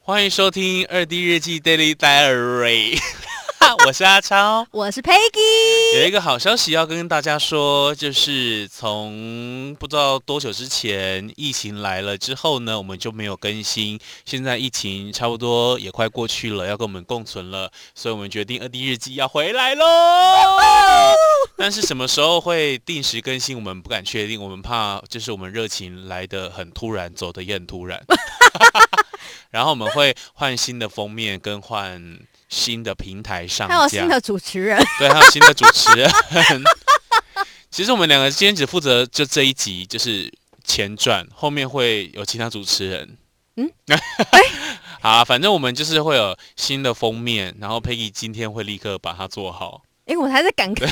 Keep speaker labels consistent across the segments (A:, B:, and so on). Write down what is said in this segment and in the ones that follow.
A: 欢迎收听二 D 日记 Daily Diary，我是阿超。
B: 我是 Peggy。
A: 有一个好消息要跟大家说，就是从不知道多久之前疫情来了之后呢，我们就没有更新。现在疫情差不多也快过去了，要跟我们共存了，所以我们决定二 D 日记要回来喽。但是什么时候会定时更新，我们不敢确定，我们怕就是我们热情来的很突然，走的也很突 然。然后我们会换新的封面，跟换新的平台上
B: 还有
A: 架
B: 新。的主持人，
A: 对，还有新的主持人。 其实我们两个今天只负责就这一集，就是前传，后面会有其他主持人。嗯
B: 嗯，
A: 好啊，反正我们就是会有新的封面，然后 Peggy 今天会立刻把它做好，
B: 因为我还在 赶客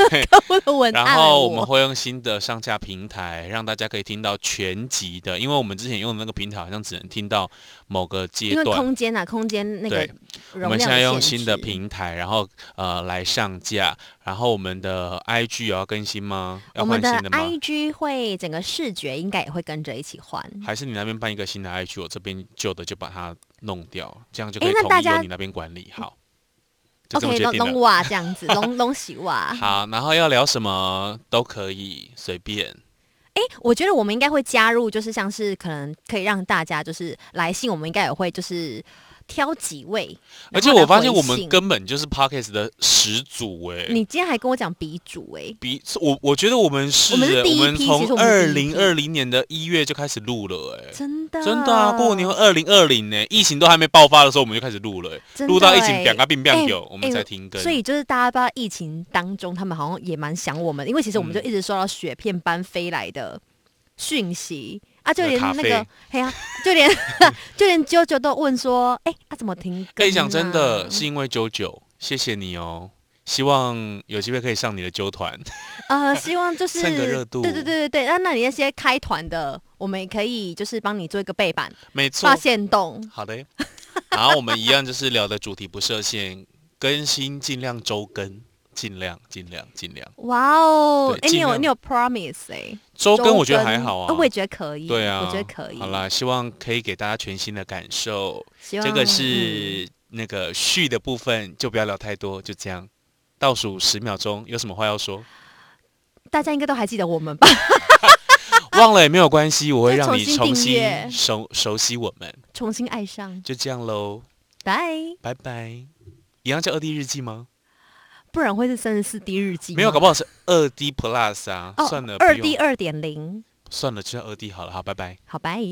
B: 户的文案。
A: 然后我们会用新的上架平台，让大家可以听到全集的，因为我们之前用的那个平台好像只能听到某个阶
B: 因为
A: 段。
B: 空间啊，空间那个
A: 对我
B: 容量
A: 们现在用
B: 限
A: 新的
B: 制，
A: 平台，然后呃来上架，然后我们的 IG 也要更新吗？要
B: 我们
A: 换
B: 的
A: 新吗？
B: IG 会整个视觉应该也会跟着一起换。
A: 还是你那边办一个新的 IG，我这边旧的就把它弄掉，这样就可以
B: 诶那
A: 统
B: 大
A: 一由
B: 家
A: 你那边管理。好，就这么
B: OK，
A: 决
B: 龙
A: 定
B: 龙
A: 了。
B: 袜这样子， 龙龙喜袜。
A: 好，然后要聊什么都可以，随便。
B: 哎，我觉得我们应该会加入，就是像是可能可以让大家就是来信，我们应该也会就是挑几位。
A: 而
B: 然
A: 且
B: 后来
A: 我发
B: 回
A: 现我们
B: 信
A: 根本就是 Pockets 的始祖哎、
B: 你今天还跟我讲鼻祖哎，
A: 比我我觉得我们是
B: 我们是
A: 欸
B: 第一批
A: 从
B: 其实我
A: 二
B: 们是第一
A: 零
B: 批
A: 二零年的一月就开始录了哎、
B: 真的
A: 真的啊，过年二零二零呢，疫情都还没爆发的时候，我们就开始录了、欸，
B: 真
A: 录到
B: 的
A: 疫情
B: 欸
A: 两个病病
B: 欸
A: 有，我们
B: 欸
A: 才停更。
B: 所以就是大家不知道疫情当中，他们好像也蛮想我们，因为其实我们就一直收到雪片般飞来的讯息、啊，就
A: 那个
B: 连
A: 咖
B: 那
A: 啡
B: 个，哎呀、就连就连啾啾都问说，哎、他、怎么停更、
A: 跟
B: 啊？
A: 你讲真的，是因为九九，谢谢你哦。希望有机会可以上你的纠团，
B: 呃，希望就是
A: 蹭个热度
B: 对对对对对，那那你那些开团的，我们也可以就是帮你做一个背板，
A: 没错
B: 发。现洞。
A: 好的，然后我们一样就是聊的主题不设限，更新尽量周更，尽量尽量尽量
B: 哇哦，
A: 对
B: 哎、你
A: 尽
B: 有
A: 量
B: 你有 promise 哎、
A: 周更，我觉得
B: 周
A: 还好啊
B: 呃。我也觉得可以，
A: 对啊，
B: 我觉得可以。
A: 好啦，希望可以给大家全新的感受。
B: 希望，
A: 这个
B: 嗯
A: 是那个序的部分，就不要聊太多，就这样。倒数十秒钟，有什么话要说？
B: 啊大家应该都还记得我们吧？
A: 忘了也没有关系，我会
B: 再
A: 让
B: 重
A: 你
B: 新
A: 重
B: 订
A: 新
B: 阅
A: 熟熟悉我们。
B: 重新爱上，
A: 就这样喽，
B: 拜。
A: 拜拜。一样叫二 D 日记吗？
B: 不然会是三十四 D 日记吗。
A: 没有，搞不好是二 D Plus 啊。
B: 哦
A: 算了，不
B: 二
A: 用
B: D 二点零。
A: 算了，就叫二 D 好了，好，拜拜。
B: 好，拜。